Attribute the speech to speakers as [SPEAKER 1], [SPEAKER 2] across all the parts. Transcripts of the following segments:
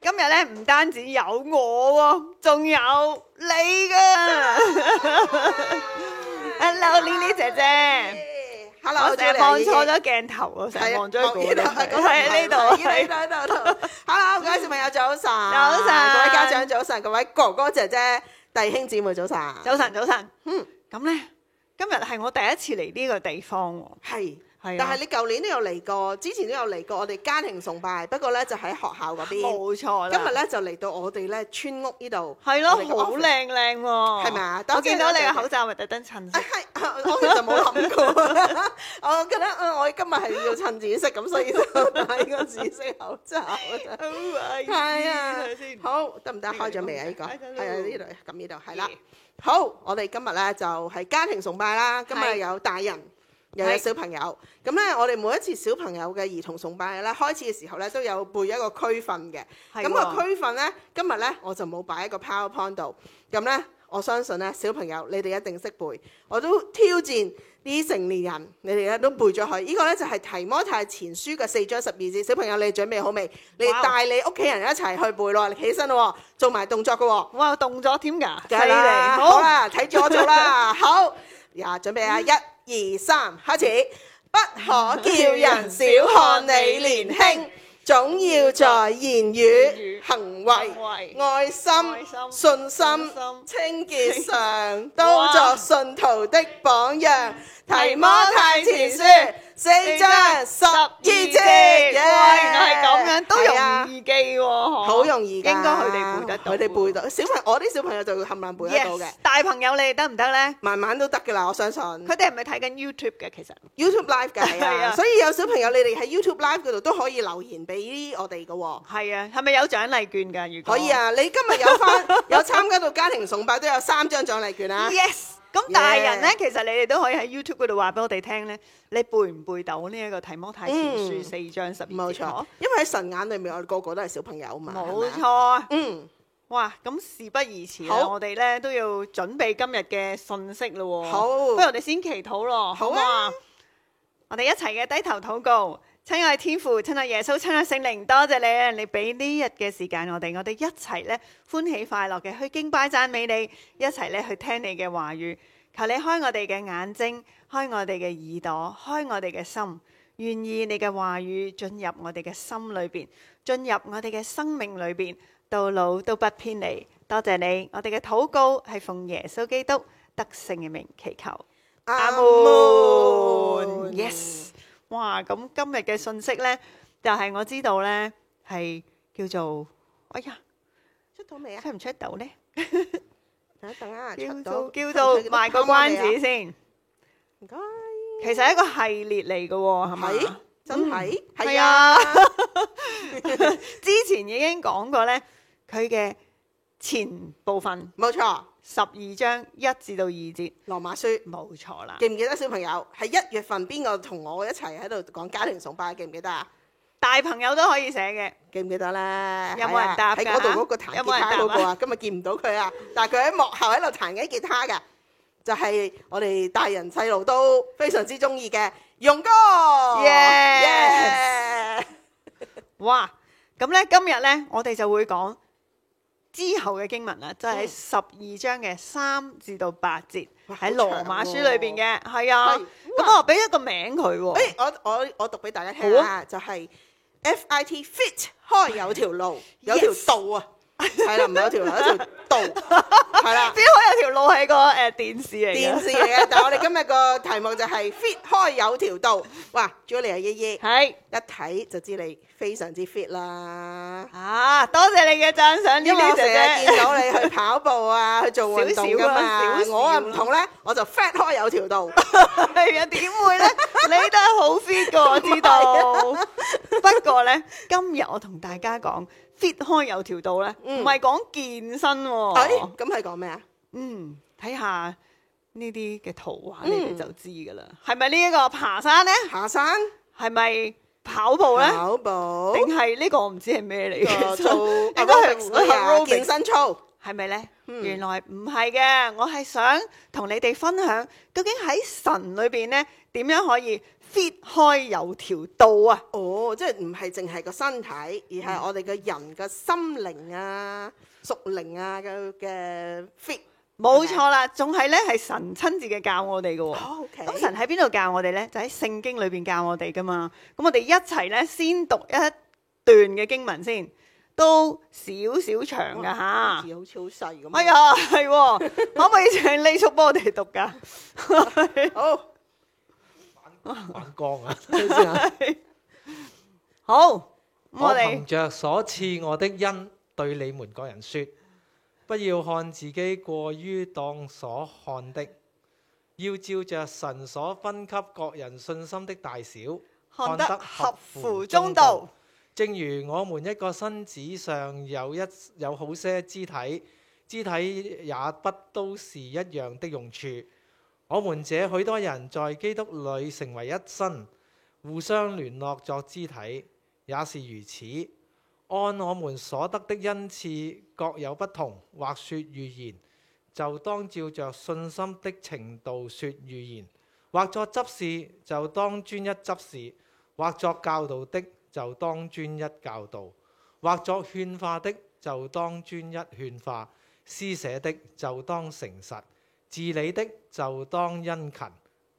[SPEAKER 1] 今日咧唔單止有我喎，仲有你噶。Hello，呢呢姐姐，
[SPEAKER 2] Hello，
[SPEAKER 1] 我成日
[SPEAKER 2] 朱莉
[SPEAKER 1] 望
[SPEAKER 2] 已經
[SPEAKER 1] 錯咗鏡頭，我成日
[SPEAKER 2] 係啊
[SPEAKER 1] 望咗喺嗰
[SPEAKER 2] 呢
[SPEAKER 1] 度，
[SPEAKER 2] 度係嗰度
[SPEAKER 1] 喺呢度，
[SPEAKER 2] 係呢
[SPEAKER 1] 係
[SPEAKER 2] 度呢度呢度。Hello，各位小朋友早晨，
[SPEAKER 1] 早晨
[SPEAKER 2] 各位家長早晨，各位哥哥姐姐、弟兄姊妹早晨，
[SPEAKER 1] 早晨早晨。
[SPEAKER 2] 嗯，
[SPEAKER 1] 咁咧今日係我第一次嚟呢個地方喎，
[SPEAKER 2] 係。
[SPEAKER 1] 係
[SPEAKER 2] 但
[SPEAKER 1] 啊
[SPEAKER 2] 係，你舊年都有嚟過，之前都有嚟過我哋家庭崇拜，不過咧就喺學校嗰邊。
[SPEAKER 1] 冇錯啦。
[SPEAKER 2] 今日咧就嚟到我哋咧村屋呢度，
[SPEAKER 1] 係咯，
[SPEAKER 2] 我哋個
[SPEAKER 1] 好
[SPEAKER 2] office
[SPEAKER 1] 靚靚喎，
[SPEAKER 2] 係咪啊多謝
[SPEAKER 1] 我見到你
[SPEAKER 2] 多謝
[SPEAKER 1] 嘅口罩咪特登襯 色
[SPEAKER 2] 啊，係，我其實冇諗過，我覺得啊，我今日係要襯紫色，咁所以就戴個紫色口罩。係
[SPEAKER 1] 係
[SPEAKER 2] 啊
[SPEAKER 1] 係咪先，
[SPEAKER 2] 好得唔得？開咗未啊？呢個
[SPEAKER 1] 開咗啦
[SPEAKER 2] 係啊，呢度咁呢度係啦。好，我哋今日咧就係家庭崇拜啦，今
[SPEAKER 1] 係
[SPEAKER 2] 日有大人。又有
[SPEAKER 1] 係
[SPEAKER 2] 小朋友，咁咧我哋每一次小朋友嘅兒童崇拜咧，開始嘅時候咧都有背一個區分嘅。
[SPEAKER 1] 係
[SPEAKER 2] 咁
[SPEAKER 1] 喎
[SPEAKER 2] 個區分咧，今日咧我就冇擺喺個 PowerPoint 度。咁咧，我相信咧小朋友你哋一定識背。我都挑戰啲成年人，你哋咧都背咗佢。呢、個咧就係提摩太前書嘅四章十二節。小朋友，你準備好未？你
[SPEAKER 1] 哇哦
[SPEAKER 2] 帶你屋企人一齊去背咯，你起身咯，做埋動作嘅喎。
[SPEAKER 1] 哇，有動作添㗎，犀
[SPEAKER 2] 梗係
[SPEAKER 1] 利，
[SPEAKER 2] 啦
[SPEAKER 1] 好
[SPEAKER 2] 好啦，睇住我做啦， 好呀，準備啊，一二三，開始。不可叫人小看你年 輕，總要在言語、行為、愛心、信心、清 潔上，都作信徒的榜樣。提摩太前書四章十二節，
[SPEAKER 1] 哇原來係咁樣，都
[SPEAKER 2] 係啊
[SPEAKER 1] 容易記喎，
[SPEAKER 2] 好容易㗎，
[SPEAKER 1] 應該佢哋背得到，
[SPEAKER 2] 佢哋背到。小朋我啲小朋友就會冚唪唥背得到嘅
[SPEAKER 1] Yes，大朋友你哋得唔得咧？
[SPEAKER 2] 慢慢都得㗎啦，我相信。佢
[SPEAKER 1] 佢哋係咪睇緊 YouTube 嘅？其實
[SPEAKER 2] YouTube Live 㗎係
[SPEAKER 1] 係
[SPEAKER 2] 啊，
[SPEAKER 1] 啊
[SPEAKER 2] 所以有小朋友你哋喺 YouTube Live 嗰度都可以留言俾我哋㗎喎。
[SPEAKER 1] 係啊，係咪有獎勵券㗎？如果
[SPEAKER 2] 可以，啊，你今日有 翻有參加到家庭崇拜都有三張獎勵券啊。
[SPEAKER 1] Yes，咁大人咧，其實你哋都可以喺 YouTube 嗰度話俾我哋聽咧，你背唔背到呢一個提摩太前
[SPEAKER 2] 嗯
[SPEAKER 1] 書四章十二節？
[SPEAKER 2] 冇錯，因為喺神眼裏面，我哋個個都係小朋友嘛。
[SPEAKER 1] 冇
[SPEAKER 2] 係咪啊。
[SPEAKER 1] 錯。
[SPEAKER 2] 嗯，
[SPEAKER 1] 哇！咁事不宜遲啦，
[SPEAKER 2] 好
[SPEAKER 1] 我哋咧都要準備今日嘅信息咯喎。
[SPEAKER 2] 好
[SPEAKER 1] 不如我哋先祈禱咯，
[SPEAKER 2] 好
[SPEAKER 1] 唔
[SPEAKER 2] 啊
[SPEAKER 1] 啊！我哋一齊嘅低頭禱告，親愛天父，親愛耶穌，親愛聖靈，多謝你，你俾呢日嘅時間我哋，我哋一齊咧歡喜快樂嘅去敬拜讚美你，一齊咧去聽你嘅話語。求你開我哋嘅眼睛，開我哋嘅耳朵，開我哋嘅心，願意你嘅話語進入我哋嘅心裏邊，進入我哋嘅生命裏邊，到老都不偏離。多謝你，我哋嘅禱告係奉耶穌基督得勝嘅名祈求。阿門。Yes，哇！咁今日嘅信息呢，就係、我知道呢，係叫做，哎呀，
[SPEAKER 2] 出到未啊？
[SPEAKER 1] 出唔出到呢？
[SPEAKER 2] 等一等啊，
[SPEAKER 1] 叫做
[SPEAKER 2] 出到
[SPEAKER 1] 叫 做
[SPEAKER 2] 佢哋都
[SPEAKER 1] 賣個
[SPEAKER 2] 貪我
[SPEAKER 1] 關
[SPEAKER 2] 哋啊
[SPEAKER 1] 子先，
[SPEAKER 2] 唔該，
[SPEAKER 1] 其實係一個系列嚟嘅喎，係
[SPEAKER 2] 係
[SPEAKER 1] 咪？
[SPEAKER 2] 真係
[SPEAKER 1] 係
[SPEAKER 2] 係
[SPEAKER 1] 啊
[SPEAKER 2] 啊，
[SPEAKER 1] 之前已經講過呢，佢嘅前部分
[SPEAKER 2] 冇錯，
[SPEAKER 1] 十二章一至到二節，
[SPEAKER 2] 羅馬書。
[SPEAKER 1] 冇錯啦。
[SPEAKER 2] 記唔記得小朋友係一月份邊個同我一齊喺度講家庭崇拜？記唔記得啊？
[SPEAKER 1] 大朋友都可以寫嘅，
[SPEAKER 2] 記唔記得咧？
[SPEAKER 1] 有冇人答㗎
[SPEAKER 2] 喺嗰度嗰個彈吉他嗰
[SPEAKER 1] 有冇
[SPEAKER 2] 個
[SPEAKER 1] 人
[SPEAKER 2] 啊，今日見唔到佢啊，但係佢喺幕後喺度彈緊吉他㗎，就係、我哋大人細路都非常之中意嘅勇哥。
[SPEAKER 1] Yes！哇！咁呢，今日呢，我哋就會講之後嘅經文啦，就係十二章嘅三至到八節，
[SPEAKER 2] 嗯哇
[SPEAKER 1] 喺羅馬書裏邊嘅，係啊。
[SPEAKER 2] 係哎
[SPEAKER 1] 咁我俾一個名佢喎。
[SPEAKER 2] 誒，我我我讀俾大家聽啊，就係 FIT fit 開有條路，有條
[SPEAKER 1] Yes
[SPEAKER 2] 道啊，係啦，唔係有條路，有條道，係
[SPEAKER 1] 邊
[SPEAKER 2] 啦。
[SPEAKER 1] 可有條路係個誒電視嚟
[SPEAKER 2] 電
[SPEAKER 1] 嘅？
[SPEAKER 2] 視嚟嘅，但係我哋今日個題目就係 fit 開有條道。哇，Julia 姨姨
[SPEAKER 1] 係
[SPEAKER 2] 一睇就知你非常之 fit 啦。
[SPEAKER 1] 啊，多謝你嘅讚賞，呢
[SPEAKER 2] 因為
[SPEAKER 1] 啲
[SPEAKER 2] 我成
[SPEAKER 1] 姐
[SPEAKER 2] 日
[SPEAKER 1] 姐
[SPEAKER 2] 見。到你去跑步啊，去做運動噶嘛
[SPEAKER 1] 少。少啊
[SPEAKER 2] 我啊唔同咧，我就 fat 開有條道。
[SPEAKER 1] 係啊，點會呢？你都係好 fit 噶， 我知
[SPEAKER 2] 啊
[SPEAKER 1] 道。不過呢，今日我同大家講 fit 開有條道呢，
[SPEAKER 2] 嗯
[SPEAKER 1] 唔係講健身喎。
[SPEAKER 2] 哎，咁係講咩啊？
[SPEAKER 1] 嗯，睇下呢啲嘅圖畫，
[SPEAKER 2] 嗯
[SPEAKER 1] 你哋就知噶啦。係咪呢一個爬山呢？
[SPEAKER 2] 爬山、
[SPEAKER 1] 係咪跑步呢？
[SPEAKER 2] 跑啊步
[SPEAKER 1] 定、係呢個唔知係咩嚟
[SPEAKER 2] 做
[SPEAKER 1] 嘅？
[SPEAKER 2] 做
[SPEAKER 1] 應該
[SPEAKER 2] aerobics 嗰啲啊
[SPEAKER 1] aerobics
[SPEAKER 2] 健身操。
[SPEAKER 1] 係咪呢？
[SPEAKER 2] 嗯
[SPEAKER 1] 原來唔係嘅，我係想同你哋分享，究竟喺神裏邊呢，點樣可以搣開有條道啊！
[SPEAKER 2] 哦，即係唔係淨係個身體，而係我哋嘅人嘅心靈啊、屬靈啊嘅嘅 à, fit。
[SPEAKER 1] 冇錯啦，仲係咧係神親自嘅教我哋嘅喎。
[SPEAKER 2] 哦，OK。
[SPEAKER 1] 咁神喺邊度教我哋呢？就喺聖經裏邊教我哋噶嘛。咁我哋一齊呢，先讀一段嘅經文先，都少少長噶吓。
[SPEAKER 2] 字好似好細咁。
[SPEAKER 1] 哎，呀，係喎，可唔可以請呢叔幫我哋讀噶？
[SPEAKER 2] 好，
[SPEAKER 3] 眼光啊！
[SPEAKER 2] 睇先啊
[SPEAKER 1] 好，咁我
[SPEAKER 3] 我
[SPEAKER 1] 哋
[SPEAKER 3] 憑着所賜我的恩，對你們各人說：不要看自己過於當所看的，要照着神所分給各人信心的大小，
[SPEAKER 1] 看得合乎中道。。
[SPEAKER 3] 正如我們一個身子上有一有好些肢體，肢體也不都是一樣的用處。我們這許多人在基督裏成為一身，互相聯絡作肢體，也是如此。按我們所得的恩賜各有不同，或說預言，就當照着信心的程度說預言；或作執事，就當專一執事；或作教導的，就當專一教導；或作勸化的，就當專一勸化；施捨的，就當誠實；治理的，就當殷勤；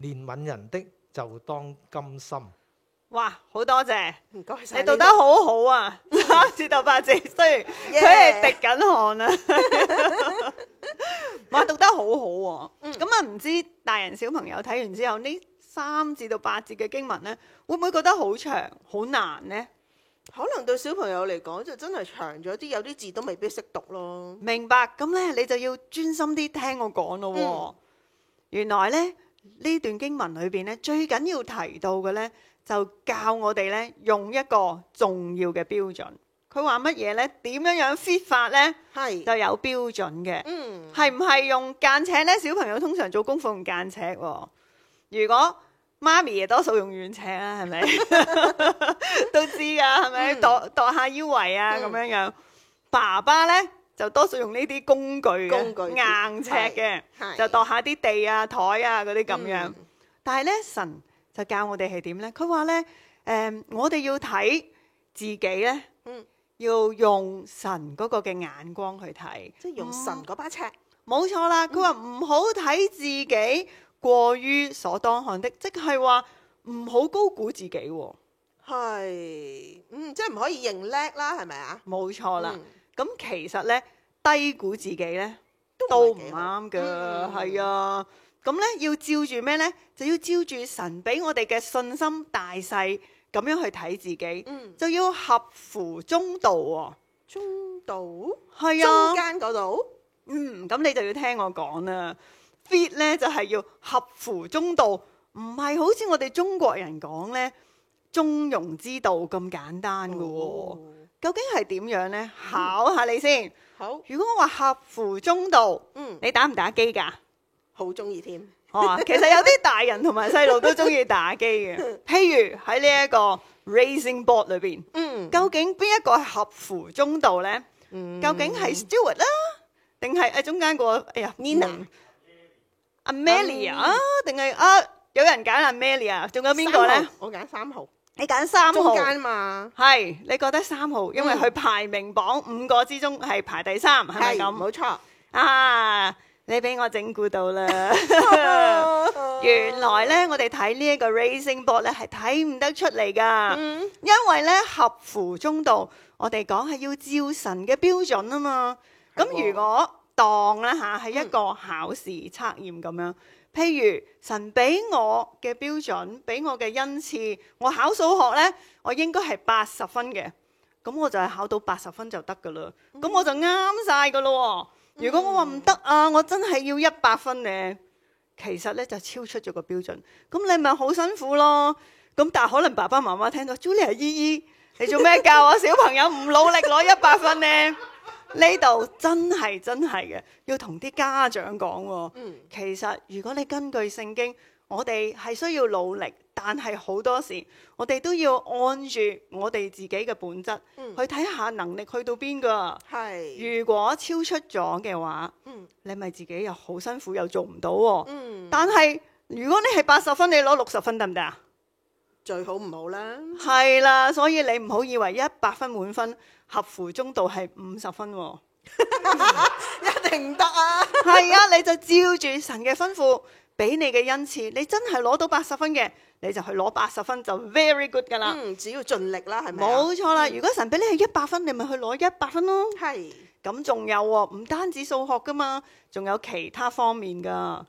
[SPEAKER 3] 憐憫人的，就當甘心。
[SPEAKER 1] 哇，好多謝
[SPEAKER 2] 唔該晒。
[SPEAKER 1] 你讀得好好啊！ 三至到八字，雖然佢係
[SPEAKER 2] Yeah
[SPEAKER 1] 滴緊汗啊， 哇，讀得好好、喎！咁啊，唔知大人小朋友睇完之後，呢三至到八節嘅經文呢，會唔會覺得好長、好難呢？
[SPEAKER 2] 可能對小朋友嚟講就真係長咗啲，有啲字都未必識讀咯。
[SPEAKER 1] 明白，咁呢，你就要專心啲聽我講咯、喎。原來呢，呢段經文裏邊呢，最緊要提到嘅呢，就教我哋呢用一個重要嘅標準。佢話乜嘢呢？點樣樣 fit 法呢？
[SPEAKER 2] 係，
[SPEAKER 1] 就有標準嘅。
[SPEAKER 2] 嗯，
[SPEAKER 1] 係唔係用間尺呢？小朋友通常做功課用間尺喎、如果媽咪多數用軟尺啦， 係咪？都知㗎，係咪？
[SPEAKER 2] 嗯
[SPEAKER 1] 度度下腰圍啊，咁
[SPEAKER 2] 嗯
[SPEAKER 1] 樣樣。爸爸呢，就多數用呢啲工具嘅
[SPEAKER 2] 工具
[SPEAKER 1] 硬尺嘅，
[SPEAKER 2] 係
[SPEAKER 1] 就度下啲地啊、台啊嗰啲咁樣。
[SPEAKER 2] 嗯
[SPEAKER 1] 但係呢，神就教我哋係點呢？佢話呢，誒、我哋要睇自己呢，
[SPEAKER 2] 嗯
[SPEAKER 1] 要用神嗰個嘅眼光去睇。
[SPEAKER 2] 即係用神嗰把尺。
[SPEAKER 1] 冇錯
[SPEAKER 2] 嗯
[SPEAKER 1] 啦，佢話唔好睇自己過於所當看的，即係話唔好高估自己喎。
[SPEAKER 2] 係，嗯，即係唔可以認叻啦，係咪啊？
[SPEAKER 1] 冇錯啦，
[SPEAKER 2] 嗯
[SPEAKER 1] 咁、其實呢，低估自己呢都
[SPEAKER 2] 都唔
[SPEAKER 1] 唔
[SPEAKER 2] 係幾好
[SPEAKER 1] 啱㗎，
[SPEAKER 2] 嗯
[SPEAKER 1] 係、啊。咁呢要照住咩呢？就要照住神俾我哋嘅信心大細咁樣去睇自己，
[SPEAKER 2] 嗯，
[SPEAKER 1] 就要合乎中道喎、
[SPEAKER 2] 中度，
[SPEAKER 1] 係啊
[SPEAKER 2] 中。間嗰度，
[SPEAKER 1] 嗯，咁你就要聽我講啦。fit 咧就係、要合乎中道，唔係好似我哋中國人講咧中庸之道咁簡單嘅喎、
[SPEAKER 2] 哦
[SPEAKER 1] 究竟係點樣呢？考下你先。
[SPEAKER 2] 好，
[SPEAKER 1] 如果我話合乎中道，
[SPEAKER 2] 嗯，
[SPEAKER 1] 你打唔打機㗎？
[SPEAKER 2] 好中意添，
[SPEAKER 1] 我話其實有啲大人同埋細路都中意打機嘅。譬如喺呢一個 racing board 裏邊，
[SPEAKER 2] 嗯，
[SPEAKER 1] 究竟邊一個係合乎中道呢？
[SPEAKER 2] 嗯
[SPEAKER 1] 究竟係 Stewart 啦，定係誒中間個哎呀
[SPEAKER 2] Nina
[SPEAKER 1] 阿 Melia 啊定係啊有人揀阿 Melia，仲有邊個
[SPEAKER 2] 三
[SPEAKER 1] 咧
[SPEAKER 2] 號？？我揀三號，
[SPEAKER 1] 你揀三號
[SPEAKER 2] 中，間嘛，
[SPEAKER 1] 係你覺得三號，因為
[SPEAKER 2] 嗯
[SPEAKER 1] 佢排名榜五個之中係排第三，係咪
[SPEAKER 2] 係
[SPEAKER 1] 咁
[SPEAKER 2] 冇錯。
[SPEAKER 1] 啊？你俾我整蠱 到啦！ 原來咧，我哋睇呢一個 racing board 咧係睇唔得出嚟㗎。
[SPEAKER 2] 嗯，
[SPEAKER 1] 因為咧合乎中道，我哋講係要照神嘅標準啊嘛。咁
[SPEAKER 2] 係喎嗯
[SPEAKER 1] 如果當啦嚇係一個考試測驗咁樣，譬如神俾我嘅標準，俾我嘅恩賜，我考數學呢，我應該係八十分嘅，咁我就係考到八十分就得噶啦，
[SPEAKER 2] 嗯
[SPEAKER 1] 咁我就啱晒噶咯喎。如果我話唔得啊，我真係要一百分呢，其實呢就超出咗個標準，咁你咪好辛苦咯。咁但係可能爸爸媽媽聽到 Julia 姨姨，你做咩教我小朋友唔努力攞一百分呢？呢度真係真係嘅，要同啲家長講喎。
[SPEAKER 2] 嗯
[SPEAKER 1] 其實如果你根據聖經，我哋係需要努力，但係好多時我哋都要按住我哋自己嘅本質、
[SPEAKER 2] 嗯
[SPEAKER 1] 去睇下能力去到邊噶。
[SPEAKER 2] 係，
[SPEAKER 1] 如果超出咗嘅話，
[SPEAKER 2] 嗯
[SPEAKER 1] 你咪自己又好辛苦又做唔到喎。
[SPEAKER 2] 嗯，
[SPEAKER 1] 但係如果你係八十分，你攞六十分得唔得啊？
[SPEAKER 2] 最好唔好啦。
[SPEAKER 1] 係啦，所以你唔好以為一百分滿分合乎中道係五十分 喎。
[SPEAKER 2] 一定唔得啊！
[SPEAKER 1] 係啊，你就照住神嘅吩咐，俾你嘅恩賜，你真係攞到八十分嘅，你就去攞八十分就 very good 㗎啦。
[SPEAKER 2] 嗯，只要盡力啦，係咪啊？
[SPEAKER 1] 冇錯啦，嗯如果神俾你係一百分，你咪去攞一百分咯。
[SPEAKER 2] 係
[SPEAKER 1] 咁仲有喎，唔單止數學噶嘛，仲有其他方面噶。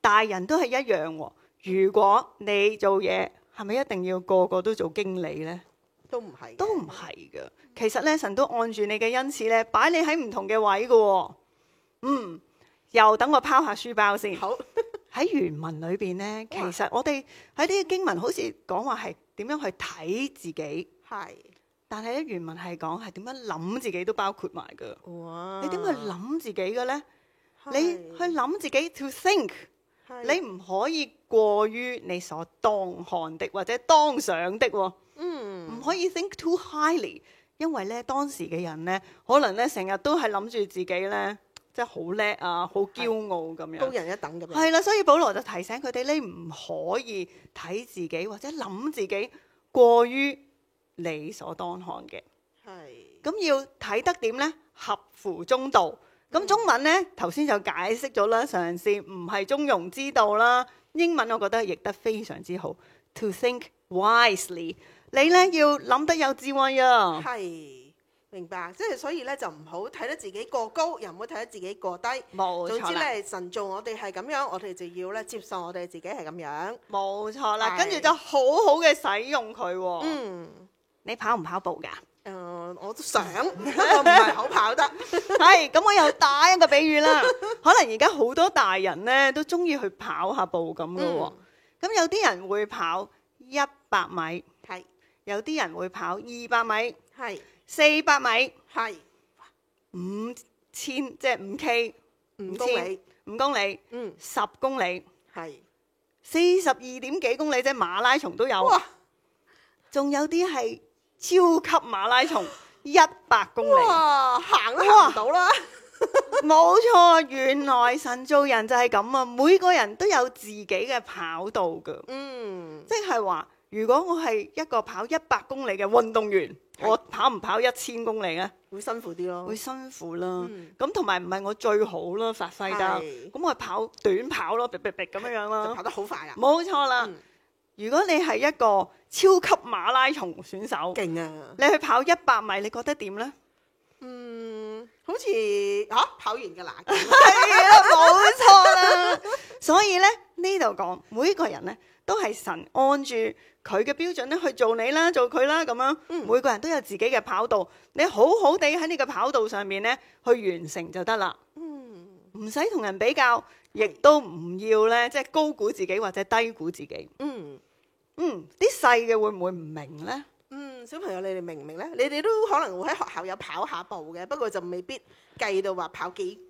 [SPEAKER 1] 大人都係一樣喎。如果你做嘢，係咪一定要個個都做經理呢？
[SPEAKER 2] 都唔係嘅，
[SPEAKER 1] 都唔係噶。其實咧，神都按住你嘅恩賜咧，擺你喺唔同嘅位噶、喎。嗯，又等我拋下書包先。
[SPEAKER 2] 好。
[SPEAKER 1] 喺原文裏邊呢，其
[SPEAKER 2] 哇
[SPEAKER 1] 實我哋喺呢個經文好似講話係點樣去睇自己，
[SPEAKER 2] 係
[SPEAKER 1] 但係咧原文係講係點樣諗自己都包括埋噶。
[SPEAKER 2] 哇
[SPEAKER 1] 你點去？諗自己嘅呢？
[SPEAKER 2] 啊係
[SPEAKER 1] 你去諗自己 to think，
[SPEAKER 2] 係
[SPEAKER 1] 你唔可以過於你所當看的或者當想的喎，唔、
[SPEAKER 2] 嗯
[SPEAKER 1] 可以 think too highly，因為咧當時嘅人咧，可能咧成日都係諗住自己咧，即係好叻啊，好驕傲咁
[SPEAKER 2] 高
[SPEAKER 1] 樣。
[SPEAKER 2] 人一等咁樣。
[SPEAKER 1] 係啦，所以保羅就提醒佢哋，你唔可以睇自己或者諗自己過於理所當看嘅。
[SPEAKER 2] 係
[SPEAKER 1] 咁要睇得點呢？合乎中道。咁
[SPEAKER 2] 嗯
[SPEAKER 1] 中文呢，頭先就解釋咗啦，嘗試唔係中庸之道啦。英文我覺得譯得非常之好，to think wisely。你呢要諗得有智慧啊！
[SPEAKER 2] 係明白，即係所以咧就唔好睇得自己過高，又唔好睇得自己過低。
[SPEAKER 1] 冇
[SPEAKER 2] 總
[SPEAKER 1] 錯
[SPEAKER 2] 之
[SPEAKER 1] 啦，
[SPEAKER 2] 咧，神造我哋係咁樣，我哋就要咧接受我哋自己係咁樣。
[SPEAKER 1] 冇錯啦，
[SPEAKER 2] 係
[SPEAKER 1] 跟住就好好嘅使用佢喎。
[SPEAKER 2] 嗯，
[SPEAKER 1] 你跑唔跑步 㗎？
[SPEAKER 2] 誒、我都想，不過唔係好跑得。
[SPEAKER 1] 係咁，我又打一個比喻 啦。可能而家好多大人呢都中意去跑下步咁嘅喎。
[SPEAKER 2] 嗯
[SPEAKER 1] 咁有啲人會跑一百米。
[SPEAKER 2] 係
[SPEAKER 1] 有啲人會跑二百米、
[SPEAKER 2] 係
[SPEAKER 1] 四百米、
[SPEAKER 2] 係
[SPEAKER 1] 五千即係五 K、
[SPEAKER 2] 五公里。
[SPEAKER 1] 五公里、
[SPEAKER 2] 嗯，
[SPEAKER 1] 十公里、
[SPEAKER 2] 係
[SPEAKER 1] 四十二點幾公里，即係馬拉松都有
[SPEAKER 2] 哇。
[SPEAKER 1] 仲有啲係超級馬拉 松，一百公里。
[SPEAKER 2] 哇，行都行唔到啦。
[SPEAKER 1] 冇錯，原來神造人就係咁啊！每個人都有自己嘅跑道㗎，
[SPEAKER 2] 嗯，
[SPEAKER 1] 即係話，如果我係一個跑一百公里嘅運動員，
[SPEAKER 2] 係
[SPEAKER 1] 我跑唔跑一千公里呢？
[SPEAKER 2] 會辛苦啲咯
[SPEAKER 1] 會。辛苦啦。
[SPEAKER 2] 嗯
[SPEAKER 1] 咁同埋唔係我最好啦，發揮得
[SPEAKER 2] 係，
[SPEAKER 1] 咁我跑短跑咯，嗶嗶嗶咁樣樣
[SPEAKER 2] 就
[SPEAKER 1] 啦
[SPEAKER 2] 跑，得好快啊！
[SPEAKER 1] 冇錯啦。
[SPEAKER 2] 嗯
[SPEAKER 1] 如果你係一個超級馬拉松選手，
[SPEAKER 2] 勁啊！
[SPEAKER 1] 你去跑一百米，你覺得點呢？
[SPEAKER 2] 嗯，好似嚇、跑完㗎啦，
[SPEAKER 1] 係啦，冇錯啦。所以呢，呢度講每個人呢，都係神按住佢嘅標準咧去做你啦，做佢啦咁樣。
[SPEAKER 2] 嗯
[SPEAKER 1] 每個人都有自己嘅跑道，你好好地喺你嘅跑道上面呢，去完成就得啦。
[SPEAKER 2] 嗯
[SPEAKER 1] 唔使同人比較，亦都唔要呢，即係高估自己或者低估自己。
[SPEAKER 2] 嗯
[SPEAKER 1] 嗯，啲細嘅會唔會唔明呢？
[SPEAKER 2] 嗯，小朋友你哋明唔明咧？你哋都可能會喺學校有跑下步嘅，不過就未必計到話跑幾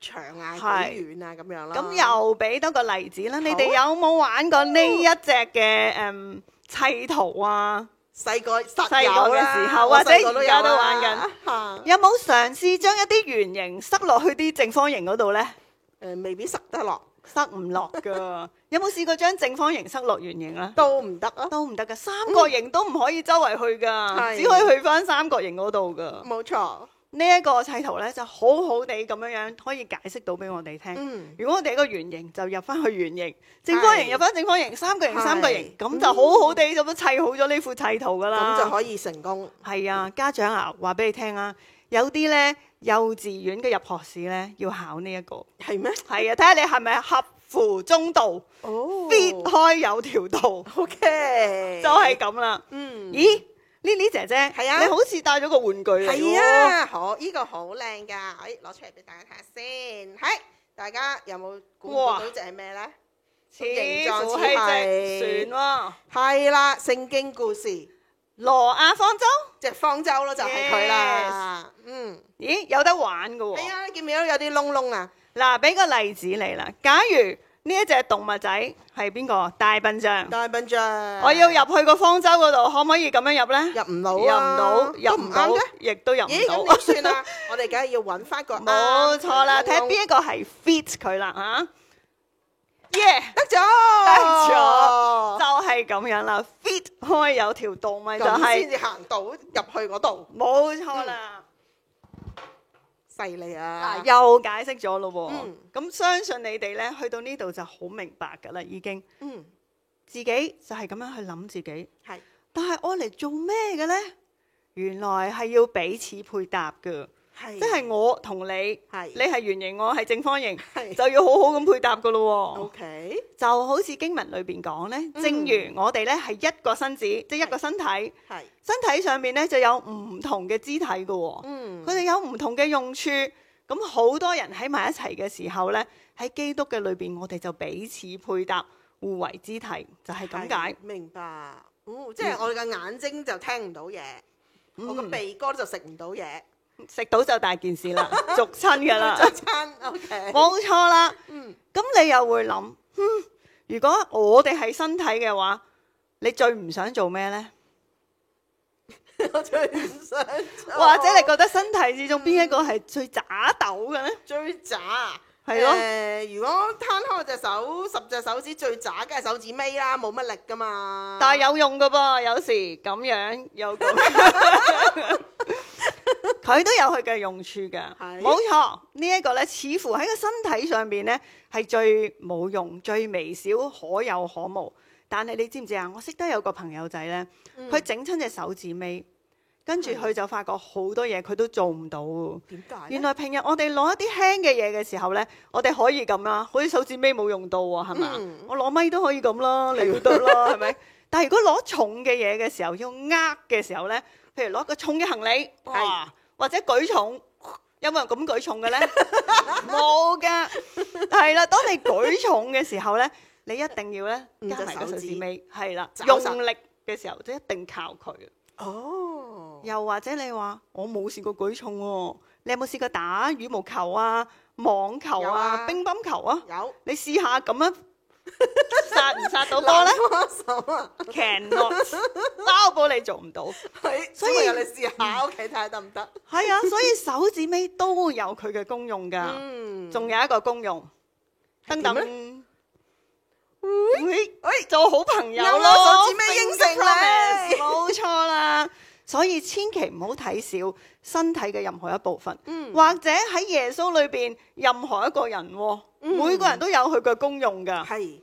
[SPEAKER 2] 長啊、
[SPEAKER 1] 係
[SPEAKER 2] 幾遠啊咁樣啦。
[SPEAKER 1] 咁又俾多個例子啦，你哋
[SPEAKER 2] 好
[SPEAKER 1] 有冇玩過呢一隻嘅誒砌圖啊？
[SPEAKER 2] 細個實
[SPEAKER 1] 細個
[SPEAKER 2] 有
[SPEAKER 1] 嘅
[SPEAKER 2] 啦
[SPEAKER 1] 時候
[SPEAKER 2] 我
[SPEAKER 1] 或者
[SPEAKER 2] 細個都
[SPEAKER 1] 而家
[SPEAKER 2] 有
[SPEAKER 1] 都
[SPEAKER 2] 啦
[SPEAKER 1] 玩緊
[SPEAKER 2] 嚇
[SPEAKER 1] 有冇嘗試將一啲圓形塞落去啲正方形嗰度呢？
[SPEAKER 2] 誒未必塞得落，
[SPEAKER 1] 塞唔落㗎。有冇試過將正方形塞落圓形啊？
[SPEAKER 2] 都唔得啊。
[SPEAKER 1] 都唔得㗎，三角形都唔可以周圍去㗎，
[SPEAKER 2] 係
[SPEAKER 1] 只可以去翻三角形嗰度㗎。
[SPEAKER 2] 冇錯，
[SPEAKER 1] 呢一個砌圖咧就好好地咁樣樣可以解釋到俾我哋聽。
[SPEAKER 2] 嗯，
[SPEAKER 1] 如果我哋一個圓形就入翻去圓形，正方形入翻正方形，三角形
[SPEAKER 2] 係
[SPEAKER 1] 三角形，咁
[SPEAKER 2] 嗯
[SPEAKER 1] 就好好地咁樣砌好咗呢副砌圖噶啦。
[SPEAKER 2] 咁就可以成功。
[SPEAKER 1] 係啊，家長啊，話俾你聽啊，有啲咧幼稚園嘅入學試咧要考呢、一個，
[SPEAKER 2] 係咩？
[SPEAKER 1] 係啊，睇下你係咪合乎中道，
[SPEAKER 2] 哦
[SPEAKER 1] 必開有條道，
[SPEAKER 2] OK，
[SPEAKER 1] 就係咁啦。
[SPEAKER 2] 嗯。
[SPEAKER 1] 咦，Lily 姐姐，
[SPEAKER 2] 係啊
[SPEAKER 1] 你好似帶咗個玩具嚟喎
[SPEAKER 2] 係，啊，好，呢、個好靚噶，可以攞出嚟俾大家睇下先。係，大家有冇估唔估
[SPEAKER 1] 哇
[SPEAKER 2] 到只係咩咧？
[SPEAKER 1] 似
[SPEAKER 2] 形狀
[SPEAKER 1] 乎
[SPEAKER 2] 似
[SPEAKER 1] 係隻
[SPEAKER 2] 係
[SPEAKER 1] 船喎。
[SPEAKER 2] 係啦，聖經故事，
[SPEAKER 1] 羅亞方舟，
[SPEAKER 2] 只方舟咯，就係佢啦。嗯，
[SPEAKER 1] 咦有得玩噶喎、
[SPEAKER 2] 係啊，你見唔見到有啲窿窿啊？
[SPEAKER 1] 嗱，俾個例子你啦。假如呢一隻動物仔係邊個？大笨象。
[SPEAKER 2] 大笨象，
[SPEAKER 1] 我要入去個方舟嗰度，可唔可以咁樣入呢？
[SPEAKER 2] 入唔到
[SPEAKER 1] 入唔
[SPEAKER 2] 啊，
[SPEAKER 1] 到，
[SPEAKER 2] 都
[SPEAKER 1] 入唔
[SPEAKER 2] 唔
[SPEAKER 1] 到
[SPEAKER 2] 啱嘅。，
[SPEAKER 1] 亦都入
[SPEAKER 2] 咦，
[SPEAKER 1] 唔
[SPEAKER 2] 咁
[SPEAKER 1] 到
[SPEAKER 2] 點。算 啊？我哋梗係要揾翻個啱
[SPEAKER 1] 冇錯啦，
[SPEAKER 2] 嘅
[SPEAKER 1] 睇下
[SPEAKER 2] 窿
[SPEAKER 1] 啊邊一個係 fit 佢啦耶！
[SPEAKER 2] 得 咗，
[SPEAKER 1] 得咗就係咁樣啦，fit 開有條道咪就
[SPEAKER 2] 咁
[SPEAKER 1] 係
[SPEAKER 2] 先至行到入去嗰度，
[SPEAKER 1] 冇錯啦。
[SPEAKER 2] 犀利啊！
[SPEAKER 1] 嗱，又解釋咗咯
[SPEAKER 2] 嗯
[SPEAKER 1] 喎。咁相信你哋咧，去到呢度就好明白㗎啦，已經
[SPEAKER 2] 嗯，
[SPEAKER 1] 自己就係咁樣去諗自己。
[SPEAKER 2] 係
[SPEAKER 1] 但係我嚟做咩嘅呢？原來係要彼此配搭嘅，
[SPEAKER 2] 係，
[SPEAKER 1] 即係我同你，你
[SPEAKER 2] 係
[SPEAKER 1] 係圓形，我係正方 形，
[SPEAKER 2] 係
[SPEAKER 1] 就要好好咁配搭噶咯
[SPEAKER 2] OK
[SPEAKER 1] 喎。就好似經文裏邊講呢，
[SPEAKER 2] 哦嗯
[SPEAKER 1] 正如我哋呢係一個身子，即係一個身體，
[SPEAKER 2] 係
[SPEAKER 1] 身體上面呢就有唔同嘅肢體嘅喎，
[SPEAKER 2] 嗯
[SPEAKER 1] 佢哋有唔同嘅用處。咁好多人喺埋一齊嘅時候呢，喺基督嘅裏邊，我哋就彼此配搭，互為肢體，就係咁解
[SPEAKER 2] 係。明白？哦，即係我哋嘅眼睛就聽唔到嘢，我
[SPEAKER 1] 嗯
[SPEAKER 2] 嘅鼻哥就食唔到嘢，
[SPEAKER 1] 食到就大件事 啦，俗親噶啦，
[SPEAKER 2] 早餐 OK，
[SPEAKER 1] 冇錯啦。
[SPEAKER 2] 嗯
[SPEAKER 1] 咁你又會諗，哼，如果我哋係身體嘅話，你最唔想做咩呢？
[SPEAKER 2] 我最唔想做，
[SPEAKER 1] 或者你覺得身體之中邊一個係最渣斗嘅呢？
[SPEAKER 2] 最渣。
[SPEAKER 1] 係咯
[SPEAKER 2] 誒如果攤開隻手，十隻手指最渣，梗係手指尾啦，冇乜力噶嘛。
[SPEAKER 1] 但係有用噶噃，有時咁樣有 咁樣佢都有佢嘅用處㗎。
[SPEAKER 2] 係
[SPEAKER 1] 冇錯，呢、一個呢，似乎喺個身體上面呢，係最冇用、最微小、可有可無。但係你知唔知啊？我識得有個朋友仔呢。
[SPEAKER 2] 嗯
[SPEAKER 1] 佢整親隻手指尾，跟住佢就發覺好多嘢佢都做唔到喎。
[SPEAKER 2] 點解
[SPEAKER 1] 原
[SPEAKER 2] 咧？
[SPEAKER 1] 來平日我哋攞一啲輕嘅嘢嘅時候呢，我哋可以咁啦，好似手指尾冇用到喎，係咪啊？
[SPEAKER 2] 嗯
[SPEAKER 1] 我攞咪都可以咁啦， 你都得啦，係咪？但係如果攞重嘅嘢嘅時候，要呃嘅時候呢，譬如攞個重嘅行李，哇，或者舉重。有冇人咁舉重嘅 呢？冇㗎，係啦。當你舉重嘅時候呢，你一定要呢，
[SPEAKER 2] 嗯
[SPEAKER 1] 加埋個
[SPEAKER 2] 隻手
[SPEAKER 1] 手
[SPEAKER 2] 指
[SPEAKER 1] 指尾，係啦，
[SPEAKER 2] 抓
[SPEAKER 1] 用
[SPEAKER 2] 實
[SPEAKER 1] 力嘅時候就一定靠佢。
[SPEAKER 2] 哦，
[SPEAKER 1] 又或者你話我冇試過舉重喎、你有冇試過打羽毛球啊、網球
[SPEAKER 2] 有
[SPEAKER 1] 啊、
[SPEAKER 2] 啊
[SPEAKER 1] 乒乓球啊？
[SPEAKER 2] 有
[SPEAKER 1] 你試下咁啊樣殺唔殺 到波呢
[SPEAKER 2] 手啊，
[SPEAKER 1] c a n o t 包保你做唔到。
[SPEAKER 2] 係，
[SPEAKER 1] 所
[SPEAKER 2] 所
[SPEAKER 1] 以
[SPEAKER 2] 以你試下屋企睇下得唔得？
[SPEAKER 1] 係啊，所以手指尾都有佢嘅功用㗎，
[SPEAKER 2] 嗯
[SPEAKER 1] 仲、有一個功用，噔
[SPEAKER 2] 係點
[SPEAKER 1] 噔。喂做好朋友
[SPEAKER 2] 有
[SPEAKER 1] 咯，
[SPEAKER 2] 啦手指尾應承
[SPEAKER 1] Finger
[SPEAKER 2] 你
[SPEAKER 1] promise，冇錯啦。所以千祈唔好睇小身體嘅任何一部分。
[SPEAKER 2] 嗯
[SPEAKER 1] 或者喺耶穌裏邊任何一個人喎，
[SPEAKER 2] 嗯
[SPEAKER 1] 每個人都有佢嘅功用㗎。
[SPEAKER 2] 係，啊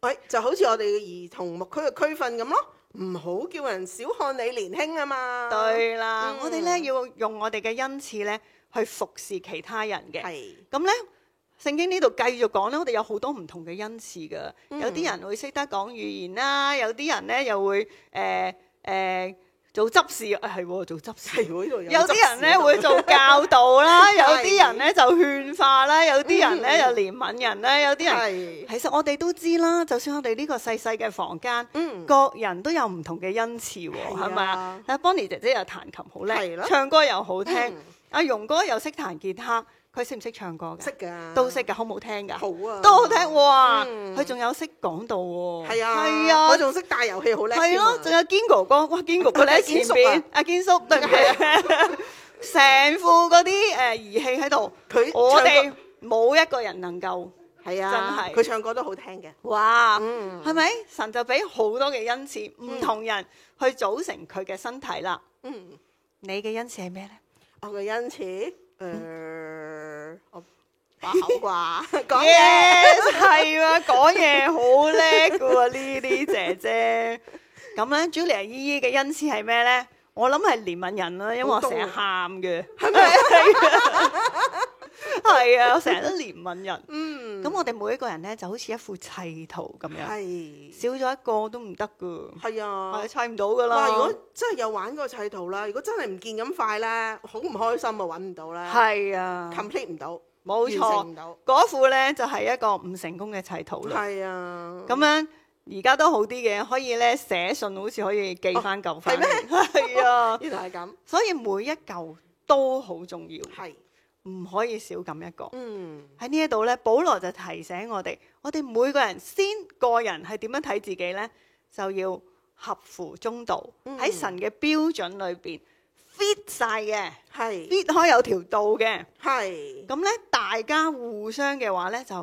[SPEAKER 2] 喂，就好似我哋嘅兒童牧區嘅區分咁咯，唔好叫人小看你年輕啊嘛。，
[SPEAKER 1] 對啦，
[SPEAKER 2] 嗯
[SPEAKER 1] 我哋咧要用我哋嘅恩賜咧去服侍其他人嘅。
[SPEAKER 2] 係，
[SPEAKER 1] 咁咧，聖經呢度繼續講咧，我哋有好多唔同嘅恩賜㗎。
[SPEAKER 2] 嗯
[SPEAKER 1] 有啲人會識得講語言啦，有啲人咧又會誒誒、呃做執事，係、係喎做執事
[SPEAKER 2] 係。喎呢度
[SPEAKER 1] 有啲人咧
[SPEAKER 2] 執事啊
[SPEAKER 1] 會做教導啦，有
[SPEAKER 2] 係
[SPEAKER 1] 啲人咧就勸化啦，有啲人咧
[SPEAKER 2] 嗯
[SPEAKER 1] 就憐憫人啦，有啲人
[SPEAKER 2] 係，
[SPEAKER 1] 其實我哋都知啦，就算我哋呢個細細嘅房間，
[SPEAKER 2] 嗯，
[SPEAKER 1] 各人都有唔同嘅恩賜喎，
[SPEAKER 2] 係
[SPEAKER 1] 係咪啊
[SPEAKER 2] 啊？
[SPEAKER 1] 但 Bonnie 姐姐又彈琴好
[SPEAKER 2] 係
[SPEAKER 1] 叻，
[SPEAKER 2] 咯
[SPEAKER 1] 唱歌又好聽
[SPEAKER 2] 嗯，
[SPEAKER 1] 阿容哥又識彈吉他，佢識唔識唱歌
[SPEAKER 2] 識
[SPEAKER 1] 㗎？
[SPEAKER 2] 㗎，
[SPEAKER 1] 都識㗎，好唔好聽㗎？
[SPEAKER 2] 好啊，
[SPEAKER 1] 都好聽喎，
[SPEAKER 2] 嗯
[SPEAKER 1] 佢仲有識講道喎，
[SPEAKER 2] 係啊，
[SPEAKER 1] 係啊，
[SPEAKER 2] 我仲識打遊戲好叻
[SPEAKER 1] 係
[SPEAKER 2] 添啊，
[SPEAKER 1] 咯，仲有堅哥哥，哇，堅哥哥你喺前
[SPEAKER 2] 啊
[SPEAKER 1] 邊，阿堅叔對唔住， 成副嗰啲誒儀器喺度，
[SPEAKER 2] 佢
[SPEAKER 1] 我
[SPEAKER 2] 唱
[SPEAKER 1] 哋冇一個人能夠，
[SPEAKER 2] 歌係啊，
[SPEAKER 1] 真係
[SPEAKER 2] 佢唱歌都好聽嘅，
[SPEAKER 1] 哇！
[SPEAKER 2] 嗯
[SPEAKER 1] 係咪？神就俾好多嘅恩賜，唔同人去組成佢嘅身體啦。
[SPEAKER 2] 嗯。
[SPEAKER 1] 你嘅恩賜係咩呢？
[SPEAKER 2] 我嘅恩賜，誒、我把 口啩，講嘢
[SPEAKER 1] Yes，係啊，講嘢好叻嘅喎，呢啲姐姐。咁咧，Julia 姨姨嘅恩賜係咩呢？我諗係憐憫人啦，因為我
[SPEAKER 2] 好多
[SPEAKER 1] 成
[SPEAKER 2] 啊
[SPEAKER 1] 日喊嘅，係咪？ 係啊，我成日都憐憫人。
[SPEAKER 2] 嗯，
[SPEAKER 1] 咁我哋每一個人咧就好似一副砌圖咁樣，
[SPEAKER 2] 係
[SPEAKER 1] 少咗一個都唔得噶，
[SPEAKER 2] 係啊
[SPEAKER 1] 係。砌唔到噶啦。
[SPEAKER 2] 哇！如果真係有玩過砌圖啦，如果真係唔見咁快咧，好唔開心啊，揾唔到啦
[SPEAKER 1] 係啊，
[SPEAKER 2] ，complete 唔到，
[SPEAKER 1] 冇
[SPEAKER 2] 完
[SPEAKER 1] 錯
[SPEAKER 2] 成。唔到，
[SPEAKER 1] 嗰副咧就係、一個唔成功嘅砌圖啦。
[SPEAKER 2] 係啊，
[SPEAKER 1] 咁樣而家都好啲嘅，可以咧寫信，好似可以寄翻嚿
[SPEAKER 2] 哦
[SPEAKER 1] 翻嚟。 係、啊，
[SPEAKER 2] 原來係咁，
[SPEAKER 1] 所以每一嚿都好重要，
[SPEAKER 2] 係，
[SPEAKER 1] 唔可以少咁一個。
[SPEAKER 2] 嗯，
[SPEAKER 1] 喺呢一度咧，保羅就提醒我哋，我哋每個人先個人係點樣睇自己呢？就要合乎中道，
[SPEAKER 2] 嗯
[SPEAKER 1] 喺、神嘅標準裏邊 fit 晒嘅
[SPEAKER 2] 係，
[SPEAKER 1] ，fit 開有條道嘅。
[SPEAKER 2] 係，
[SPEAKER 1] 咁咧，大家互相嘅話咧就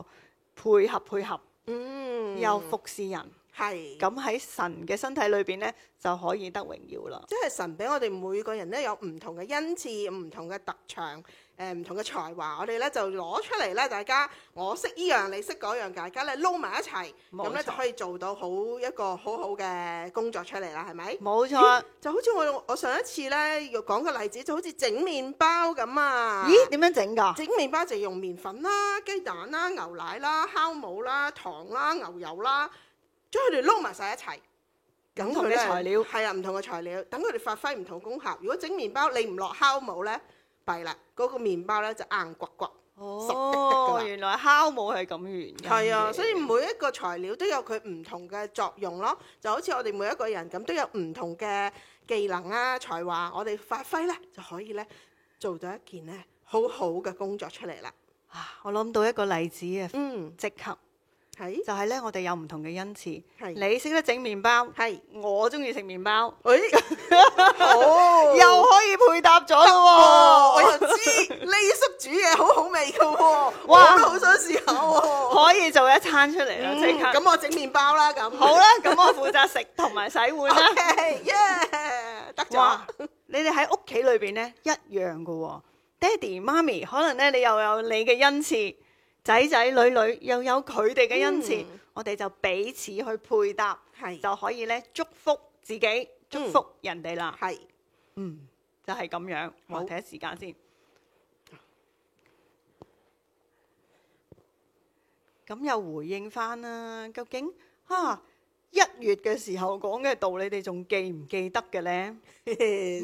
[SPEAKER 1] 配合配合，
[SPEAKER 2] 嗯，
[SPEAKER 1] 又服侍人，
[SPEAKER 2] 係
[SPEAKER 1] 咁喺神嘅身體裏邊咧就可以得榮耀啦。
[SPEAKER 2] 即係神俾我哋每個人咧有唔同嘅恩賜、唔同嘅特長、誒、唔同嘅才華，我哋咧就攞出嚟咧，大家我識依樣，你識嗰樣，大家咧撈埋一齊，咁
[SPEAKER 1] 冇
[SPEAKER 2] 咧
[SPEAKER 1] 錯
[SPEAKER 2] 就可以做到好一個好好嘅工作出嚟啦，係咪？
[SPEAKER 1] 冇錯，
[SPEAKER 2] 就好似我我上一次咧要講嘅例子，就好似整麵包咁啊！
[SPEAKER 1] 咦？點樣整㗎？
[SPEAKER 2] 整麵包就用麵粉啦、雞蛋啦、牛奶啦、酵母啦、糖啦、牛油啦，將佢哋撈埋晒一齊。
[SPEAKER 1] 唔同嘅材料
[SPEAKER 2] 係啊，唔同嘅材料，等佢哋發揮唔同功效。如果整麵包你唔落酵母咧，弊啦，嗰、個麵包咧就硬骨骨。
[SPEAKER 1] 哦，原來酵母係咁原因嘅。
[SPEAKER 2] 係啊，所以每一個材料都有佢唔同嘅作用咯，就好似我哋每一個人咁都有唔同嘅技能啊、才華，我哋發揮咧就可以咧做到一件咧好好嘅工作出嚟啦。
[SPEAKER 1] 啊我諗到一個例子啊，
[SPEAKER 2] 嗯，
[SPEAKER 1] 即刻
[SPEAKER 2] 係
[SPEAKER 1] 就係咧，我哋有唔同嘅恩賜。
[SPEAKER 2] 係。
[SPEAKER 1] 你識得整麵包，
[SPEAKER 2] 係，哦
[SPEAKER 1] 我中意食麵包，
[SPEAKER 2] 誒，好，
[SPEAKER 1] 又可以配搭咗
[SPEAKER 2] 哦，我
[SPEAKER 1] 咯
[SPEAKER 2] 又知呢叔煮嘢好好味噶喎，我
[SPEAKER 1] 哇
[SPEAKER 2] 都好想試下喎。
[SPEAKER 1] 喎，可以做一餐出嚟啦，
[SPEAKER 2] 哦嗯
[SPEAKER 1] 即刻。
[SPEAKER 2] 咁我整麵包啦，咁
[SPEAKER 1] 好啦，咁我負責食同埋洗碗啦。
[SPEAKER 2] ，OK，耶，得咗
[SPEAKER 1] 哇，！你哋喺屋企裏邊咧一樣噶喎，爹哋媽咪可能咧你又有你嘅恩賜，仔仔女女又有佢哋嘅恩賜，
[SPEAKER 2] 嗯
[SPEAKER 1] 我哋就彼此去配搭，
[SPEAKER 2] 係
[SPEAKER 1] 就可以咧祝福自
[SPEAKER 2] 嗯
[SPEAKER 1] 己，祝福人哋啦。
[SPEAKER 2] 係，
[SPEAKER 1] 嗯，就係咁樣。
[SPEAKER 2] 好
[SPEAKER 1] 我睇下時間先。咁又回應翻啦，究竟啊一月嘅時候講嘅道，你哋仲記唔記得嘅呢？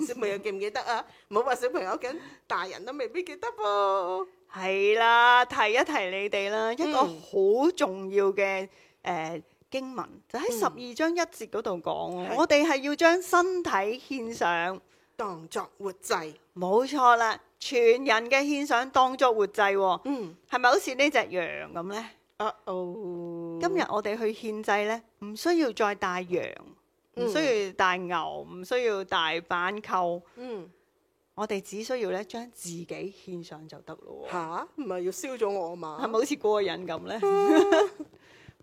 [SPEAKER 2] 小朋友記唔記得啊？唔好話小朋友咁，大人都未必記得噃。
[SPEAKER 1] 係啦，提一提你哋啦，一個
[SPEAKER 2] 嗯
[SPEAKER 1] 好重要嘅誒、呃、經文，就喺
[SPEAKER 2] 嗯
[SPEAKER 1] 十二章一節嗰度講喎
[SPEAKER 2] 係
[SPEAKER 1] 我哋係要將身體獻上，
[SPEAKER 2] 當作活祭，
[SPEAKER 1] 冇錯啦，全人嘅獻上當作活祭喎，
[SPEAKER 2] 嗯，
[SPEAKER 1] 係咪好似呢只羊咁呢？
[SPEAKER 2] 啊哦，
[SPEAKER 1] 今日我哋去獻祭呢，唔需要再帶羊，唔
[SPEAKER 2] 嗯
[SPEAKER 1] 需要帶牛，唔需要帶板扣，
[SPEAKER 2] 嗯
[SPEAKER 1] 我哋只需要咧將自己獻上就得咯喎。
[SPEAKER 2] 吓，唔係要燒咗我
[SPEAKER 1] 係咪
[SPEAKER 2] 嘛？
[SPEAKER 1] 好似過癮咁呢？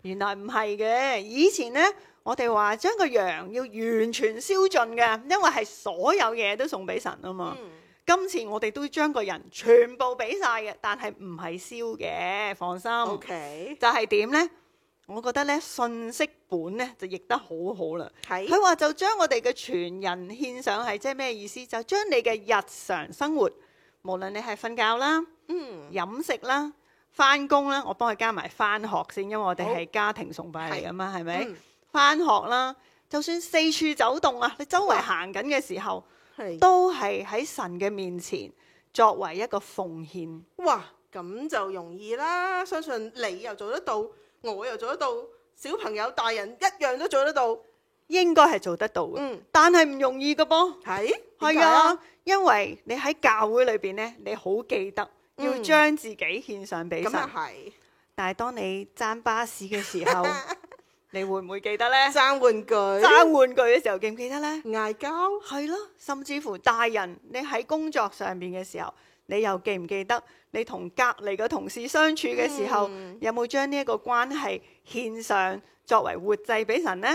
[SPEAKER 1] 原來唔係嘅，以前呢，我哋話將個羊要完全燒盡嘅，因為係所有嘢都送俾神啊嘛。
[SPEAKER 2] 嗯
[SPEAKER 1] 今次我哋都將個人全部俾晒嘅，但係唔係燒嘅，放心。
[SPEAKER 2] ，OK，
[SPEAKER 1] 就係點呢？我覺得呢信息本呢就譯得好好啦。
[SPEAKER 2] 係
[SPEAKER 1] 佢話就將我哋嘅全人獻上係即係咩意思？就將你嘅日常生活，無論你係瞓覺啦。
[SPEAKER 2] 嗯。
[SPEAKER 1] 飲食啦、翻工啦，我幫佢加埋翻學先，因為我哋係家庭崇拜嚟噶嘛，係咪？
[SPEAKER 2] 嗯
[SPEAKER 1] 翻學啦，就算四處走動啊，你周圍行緊嘅時候，
[SPEAKER 2] 係
[SPEAKER 1] 都係喺神嘅面前作為一個奉獻。
[SPEAKER 2] 哇，咁就容易啦！相信你又做得到，我又做得到，小朋友、大人一樣都做得到。
[SPEAKER 1] 應該係做得到嘅，
[SPEAKER 2] 嗯，
[SPEAKER 1] 但係唔容易嘅噃。
[SPEAKER 2] 係
[SPEAKER 1] 係啊，，因為你喺教會裏邊呢，你好記得
[SPEAKER 2] 嗯
[SPEAKER 1] 要將自己獻上俾
[SPEAKER 2] 點解
[SPEAKER 1] 神。
[SPEAKER 2] 咁啊係
[SPEAKER 1] 但係當你爭巴士嘅時 候，你會唔會記得呢？
[SPEAKER 2] 爭玩具、
[SPEAKER 1] 爭玩具嘅時候記唔記得呢？
[SPEAKER 2] 嗌交，
[SPEAKER 1] 係咯，甚至乎大人，你喺工作上面嘅時候，你又記唔記得你同隔離嘅同事相處嘅時候，
[SPEAKER 2] 嗯
[SPEAKER 1] 有冇將呢一個關係獻上作為活祭俾神呢？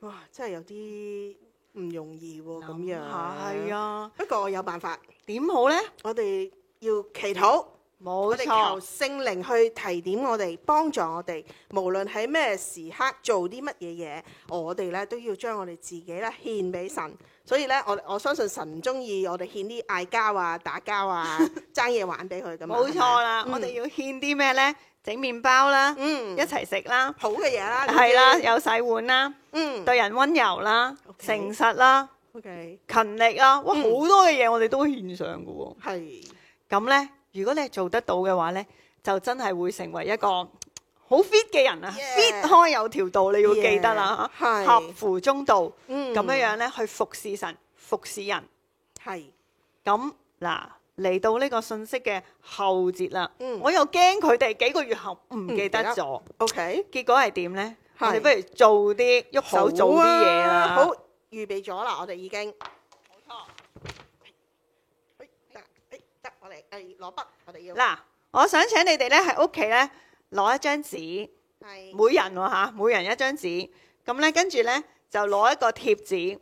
[SPEAKER 2] 哇，真係有啲唔容易喎、咁樣
[SPEAKER 1] 係
[SPEAKER 2] 啊，
[SPEAKER 1] 啊，
[SPEAKER 2] 不過我有辦法，
[SPEAKER 1] 點好呢？
[SPEAKER 2] 我哋要祈禱。
[SPEAKER 1] 冇
[SPEAKER 2] 我哋求
[SPEAKER 1] 錯，
[SPEAKER 2] 聖靈去提點我哋，幫助我哋，無論喺咩時刻做啲乜嘢嘢，我哋咧都要將我哋自己咧獻俾神。所以咧，我我相信神唔中意我哋獻啲嗌交啊、打交 啊、爭嘢玩俾佢咁。
[SPEAKER 1] 冇錯啦！
[SPEAKER 2] 啊係咪
[SPEAKER 1] 我哋要獻啲咩呢？整麵包啦，
[SPEAKER 2] 嗯
[SPEAKER 1] 一齊食啦，
[SPEAKER 2] 好嘅嘢啦，呢啲
[SPEAKER 1] 係啦，，有洗碗啦，
[SPEAKER 2] 嗯
[SPEAKER 1] 對人温柔啦，
[SPEAKER 2] OK
[SPEAKER 1] 誠實啦，
[SPEAKER 2] ，OK，
[SPEAKER 1] 勤力啦，哇，
[SPEAKER 2] 嗯
[SPEAKER 1] 好多嘅嘢我哋都獻上㗎喎。
[SPEAKER 2] 係
[SPEAKER 1] 咁呢，如果你係做得到嘅話呢，就真係會成為一個好 fit 嘅人啊
[SPEAKER 2] Yeah
[SPEAKER 1] fit 開有條道，你要記得啦
[SPEAKER 2] Yeah，係
[SPEAKER 1] 合乎中道咁、
[SPEAKER 2] 嗯
[SPEAKER 1] 樣樣呢，去服侍神、服侍人。
[SPEAKER 2] 係
[SPEAKER 1] 咁嗱，嚟到呢個信息嘅後節啦，
[SPEAKER 2] 嗯
[SPEAKER 1] 我又驚佢哋幾個月後唔記得咗，
[SPEAKER 2] ，OK，
[SPEAKER 1] 結果係點呢？
[SPEAKER 2] 係
[SPEAKER 1] 我哋不如做啲喐手做啲嘢啦。
[SPEAKER 2] 好啊，好預備咗啦，我哋已經
[SPEAKER 1] 錯
[SPEAKER 2] 哎得哎得，我哋誒攞筆，我哋要
[SPEAKER 1] 嗱，我想請你哋呢喺屋企呢攞一張紙，
[SPEAKER 2] 係
[SPEAKER 1] 每人喎嚇，每人一張紙。咁咧，跟住咧就攞一個貼紙，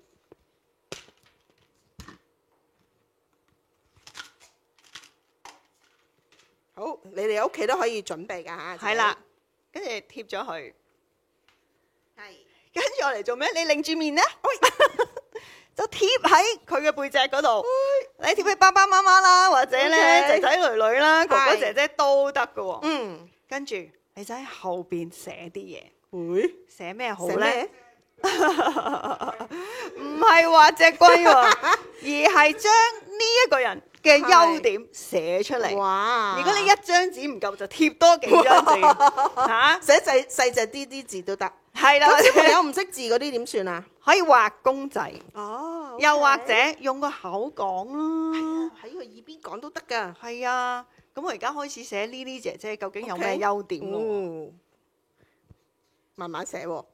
[SPEAKER 2] 好，你哋屋企都可以準備㗎嚇。
[SPEAKER 1] 係啦，跟住貼咗佢。
[SPEAKER 2] 自己，係
[SPEAKER 1] 跟住我嚟做咩？你擰住面咧， 就貼喺佢嘅背脊嗰度。你貼俾爸爸媽媽啦，或者咧仔
[SPEAKER 2] OK
[SPEAKER 1] 仔女女啦，哥哥
[SPEAKER 2] 係
[SPEAKER 1] 姐姐都得噶。喎。
[SPEAKER 2] 嗯，
[SPEAKER 1] 跟住你就喺後邊寫啲嘢，
[SPEAKER 2] 會
[SPEAKER 1] 寫咩好
[SPEAKER 2] 寫
[SPEAKER 1] 咧
[SPEAKER 2] 咩？？
[SPEAKER 1] 唔係話隻龜喎，而係將呢一個人嘅優點寫出嚟。
[SPEAKER 2] 哇！
[SPEAKER 1] 如果你一張紙唔夠，就貼多幾張紙嚇，
[SPEAKER 2] 寫細細隻啲啲字都得。
[SPEAKER 1] 係啦，
[SPEAKER 2] 咁小朋友唔識字嗰啲點算啊？
[SPEAKER 1] 可以畫公仔，
[SPEAKER 2] 哦啊
[SPEAKER 1] 又或者用個口講啦，
[SPEAKER 2] 喺佢耳邊講都得㗎。
[SPEAKER 1] 係啊。咁我而家開始寫 Lily 姐姐究竟有咩
[SPEAKER 2] OK
[SPEAKER 1] 優點喎？
[SPEAKER 2] 嗯，慢慢寫喎，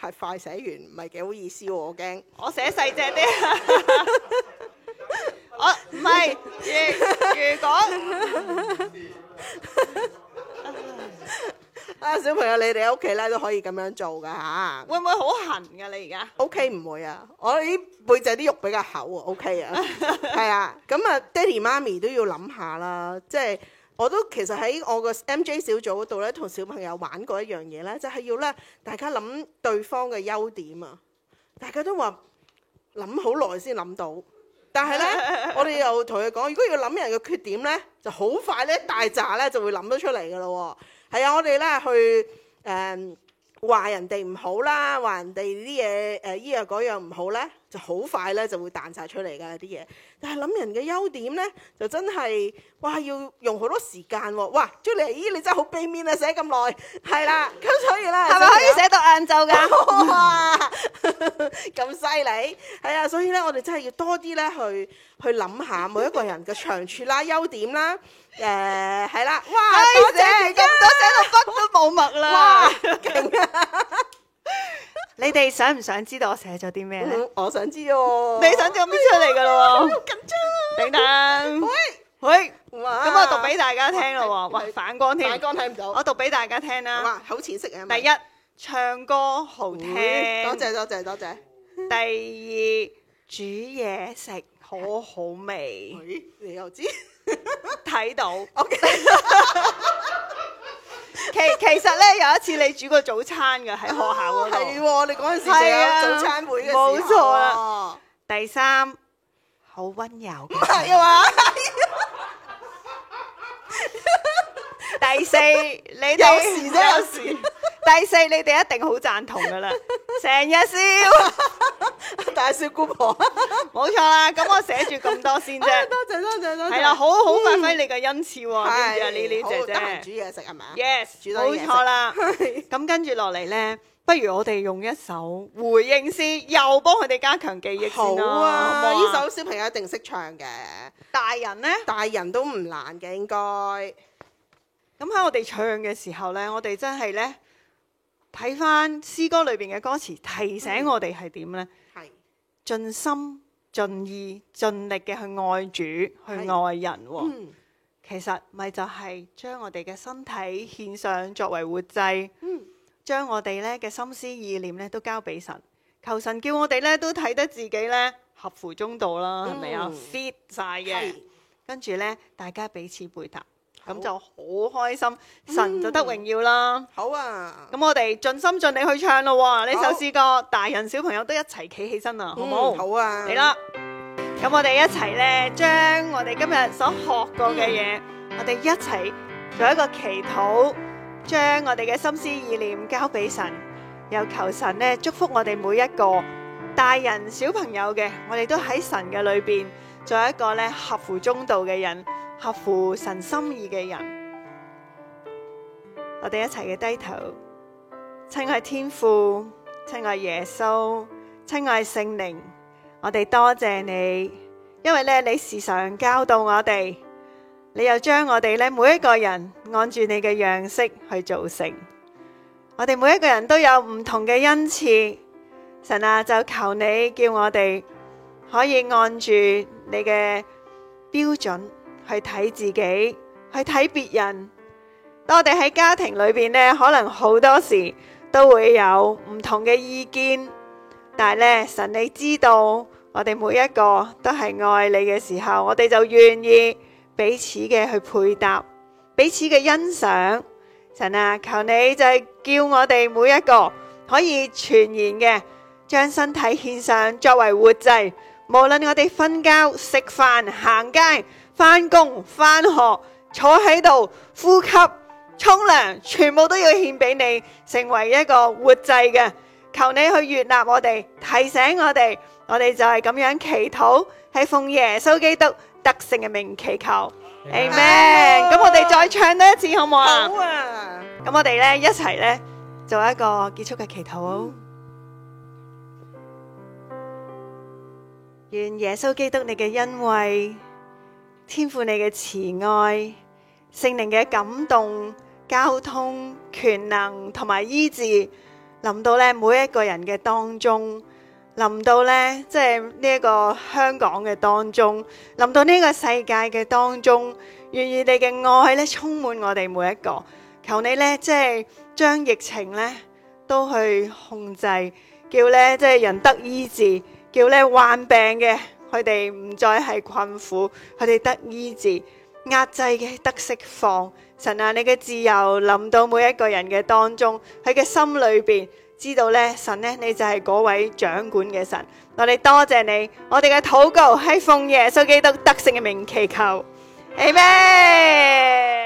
[SPEAKER 2] 係快寫完唔係幾好意思喎，我驚。
[SPEAKER 1] 我寫細隻 啲，我唔係，如如果
[SPEAKER 2] 啊，小朋友，你哋喺屋企咧都可以咁樣做㗎嚇。
[SPEAKER 1] 會唔會好痕㗎？你而家
[SPEAKER 2] O K 唔會啊，我啲背脊啲肉比較厚啊，O K 啊，係啊，咁啊，爹哋媽咪都要諗下啦，即係我都其實喺我個 M J 小組嗰度咧，同小朋友玩過一樣嘢咧，就係、要咧大家諗對方嘅優點啊，大家都話諗好耐先諗到，但係 咧我哋又同佢講，如果要諗人嘅缺點咧，就好快咧大扎咧就會諗到出嚟㗎咯喎，係啊，我哋咧去誒。話人哋唔好啦，話人哋啲嘢誒依樣嗰樣唔好咧，就好快咧就會彈晒出嚟㗎啲嘢。但係諗人嘅優點咧，就真係哇要用好多時間喎、哇，Julie，咦你真係好俾面啊，寫咁耐，係啦，咁所以咧
[SPEAKER 1] 係咪可
[SPEAKER 2] 啊
[SPEAKER 1] 以寫到晏晝㗎？
[SPEAKER 2] 哇， 咁犀利，係啊，所以咧，我哋真係要多啲咧去去諗下每一個人嘅長處啦、優點啦，誒係啦，哇，多
[SPEAKER 1] 多謝
[SPEAKER 2] 謝而
[SPEAKER 1] 而
[SPEAKER 2] 家
[SPEAKER 1] 家，我寫到筆都冇墨
[SPEAKER 2] 哇
[SPEAKER 1] 啦。，
[SPEAKER 2] 勁啊！
[SPEAKER 1] 你哋想唔想知道我寫咗啲咩咧？
[SPEAKER 2] 嗯我想知喎，
[SPEAKER 1] 你想知我邊出嚟噶咯？緊張，等等，喂，
[SPEAKER 2] 哇
[SPEAKER 1] 咁我讀俾大家聽咯喎，哇，反光
[SPEAKER 2] 大
[SPEAKER 1] 添，
[SPEAKER 2] 光睇唔到，
[SPEAKER 1] 我讀俾大家聽啦。
[SPEAKER 2] 哇，好淺色啊，
[SPEAKER 1] 第一，唱歌好聽；
[SPEAKER 2] 嗯多謝多謝多謝，
[SPEAKER 1] 第二，煮嘢食好好味，
[SPEAKER 2] 咦你又知
[SPEAKER 1] 睇到。
[SPEAKER 2] ？OK，
[SPEAKER 1] 其其實咧，有一次你煮過早餐嘅喺學校嗰
[SPEAKER 2] 係
[SPEAKER 1] 度。
[SPEAKER 2] 喎，你嗰陣時就
[SPEAKER 1] 係啊
[SPEAKER 2] 有早餐會嘅時候
[SPEAKER 1] 冇錯
[SPEAKER 2] 啊
[SPEAKER 1] 啦，第三，好温柔。
[SPEAKER 2] 係啊嘛。
[SPEAKER 1] 第四，你哋
[SPEAKER 2] 有時啫有時
[SPEAKER 1] 第四，你哋一定好贊同噶 啦，成日笑，
[SPEAKER 2] 大少姑婆，
[SPEAKER 1] 冇錯啦。咁我寫住咁多先
[SPEAKER 2] 多謝
[SPEAKER 1] 啫，
[SPEAKER 2] 多謝多謝，嗯
[SPEAKER 1] 係啦，好好發揮你嘅恩賜喎，知唔知啊
[SPEAKER 2] 係
[SPEAKER 1] ，Lily
[SPEAKER 2] 好得閒煮
[SPEAKER 1] 姐姐
[SPEAKER 2] 嘢食係咪啊？
[SPEAKER 1] ？Yes，
[SPEAKER 2] 煮多啲嘢
[SPEAKER 1] 冇
[SPEAKER 2] 食
[SPEAKER 1] 錯啦。 咁跟住落嚟呢，不如我哋用一首回應詩，又幫佢哋加強記憶
[SPEAKER 2] 好
[SPEAKER 1] 先啦。
[SPEAKER 2] 啊！
[SPEAKER 1] 好唔
[SPEAKER 2] 呢
[SPEAKER 1] 好
[SPEAKER 2] 首小朋友一定識唱嘅，
[SPEAKER 1] 大人呢，
[SPEAKER 2] 大人都唔難嘅應該。
[SPEAKER 1] 咁喺我哋唱嘅時候呢，我哋真係呢，睇翻詩歌裏邊嘅歌詞，提醒
[SPEAKER 2] 嗯
[SPEAKER 1] 我哋係點呢？
[SPEAKER 2] 係
[SPEAKER 1] 盡心、盡意、盡力嘅去愛主、去愛人喎、
[SPEAKER 2] 嗯
[SPEAKER 1] 其實咪就係將我哋嘅身體獻上作為活祭，
[SPEAKER 2] 嗯
[SPEAKER 1] 將我哋咧嘅心思意念咧都交俾神，求神叫我哋咧都睇得自己咧合乎中道啦，係咪啊
[SPEAKER 2] 嗯
[SPEAKER 1] ？fit 晒嘅
[SPEAKER 2] 係，
[SPEAKER 1] 跟住咧大家彼此背答，
[SPEAKER 2] 好嗯
[SPEAKER 1] 咁就好開心，神就得榮耀啦。
[SPEAKER 2] 好啊！
[SPEAKER 1] 咁我哋盡心盡力去唱咯喎，呢
[SPEAKER 2] 好
[SPEAKER 1] 首詩歌，大人小朋友都一齊企起身啦，好唔好？
[SPEAKER 2] 嗯好啊！
[SPEAKER 1] 嚟啦！咁我哋一齊咧，將我哋今日所學過嘅嘢，我哋一齊做一個祈禱，將我哋嘅心思意念交俾神，又求神咧祝福我哋每一個大人小朋友嘅，我哋都喺神嘅裏邊做一個咧合乎中道嘅人，合乎神心意嘅人。我哋一齊嘅低頭，親愛天父，親愛耶穌，親愛聖靈。我哋多謝你，因為咧你時常教導我哋，你又將我哋咧每一個人按住你嘅樣式去造成。我哋每一個人都有唔同嘅恩賜，神啊，就求你叫我哋可以按住你嘅標準去睇自己，去睇別人，當我哋喺家庭裏邊咧，可能好多時都會有唔同嘅意見，但係咧，神你知道我哋每一個都係愛你嘅時候，我哋就願意彼此嘅去配搭，彼此嘅欣賞。神啊，求你就係叫我哋每一個可以全然嘅將身體獻上作為活祭，無論我哋瞓覺、食飯、行街、翻工、翻學、坐喺度、呼吸、沖涼，全部都要獻俾你，成為一個活祭嘅。求你去悅納我哋，提醒我哋，我哋就係咁樣祈禱，係奉耶穌基督得勝嘅名祈求。Amen。咁我哋再唱多一次好唔好啊？
[SPEAKER 2] 好啊！
[SPEAKER 1] 咁我哋咧一齊咧做一個結束嘅祈禱。願耶穌基督你嘅恩惠、天父你嘅慈愛、聖靈嘅感動、交通、權能同埋醫治，臨到咧每一個人嘅當中，臨到咧即係呢一個香港嘅當中，臨到呢個世界嘅當中，願意你嘅愛咧充滿我哋每一個。求你咧，即係將疫情咧都去控制，叫咧即係人得醫治，叫咧患病嘅佢哋唔再係困苦，佢哋得醫治，壓制嘅得釋放。神啊，你嘅自由臨到每一個人嘅當中，佢嘅心裏邊知道咧，神咧你就係嗰位掌管嘅神。我哋多謝你，我哋嘅禱告係奉耶穌基督得勝嘅名祈求，阿門。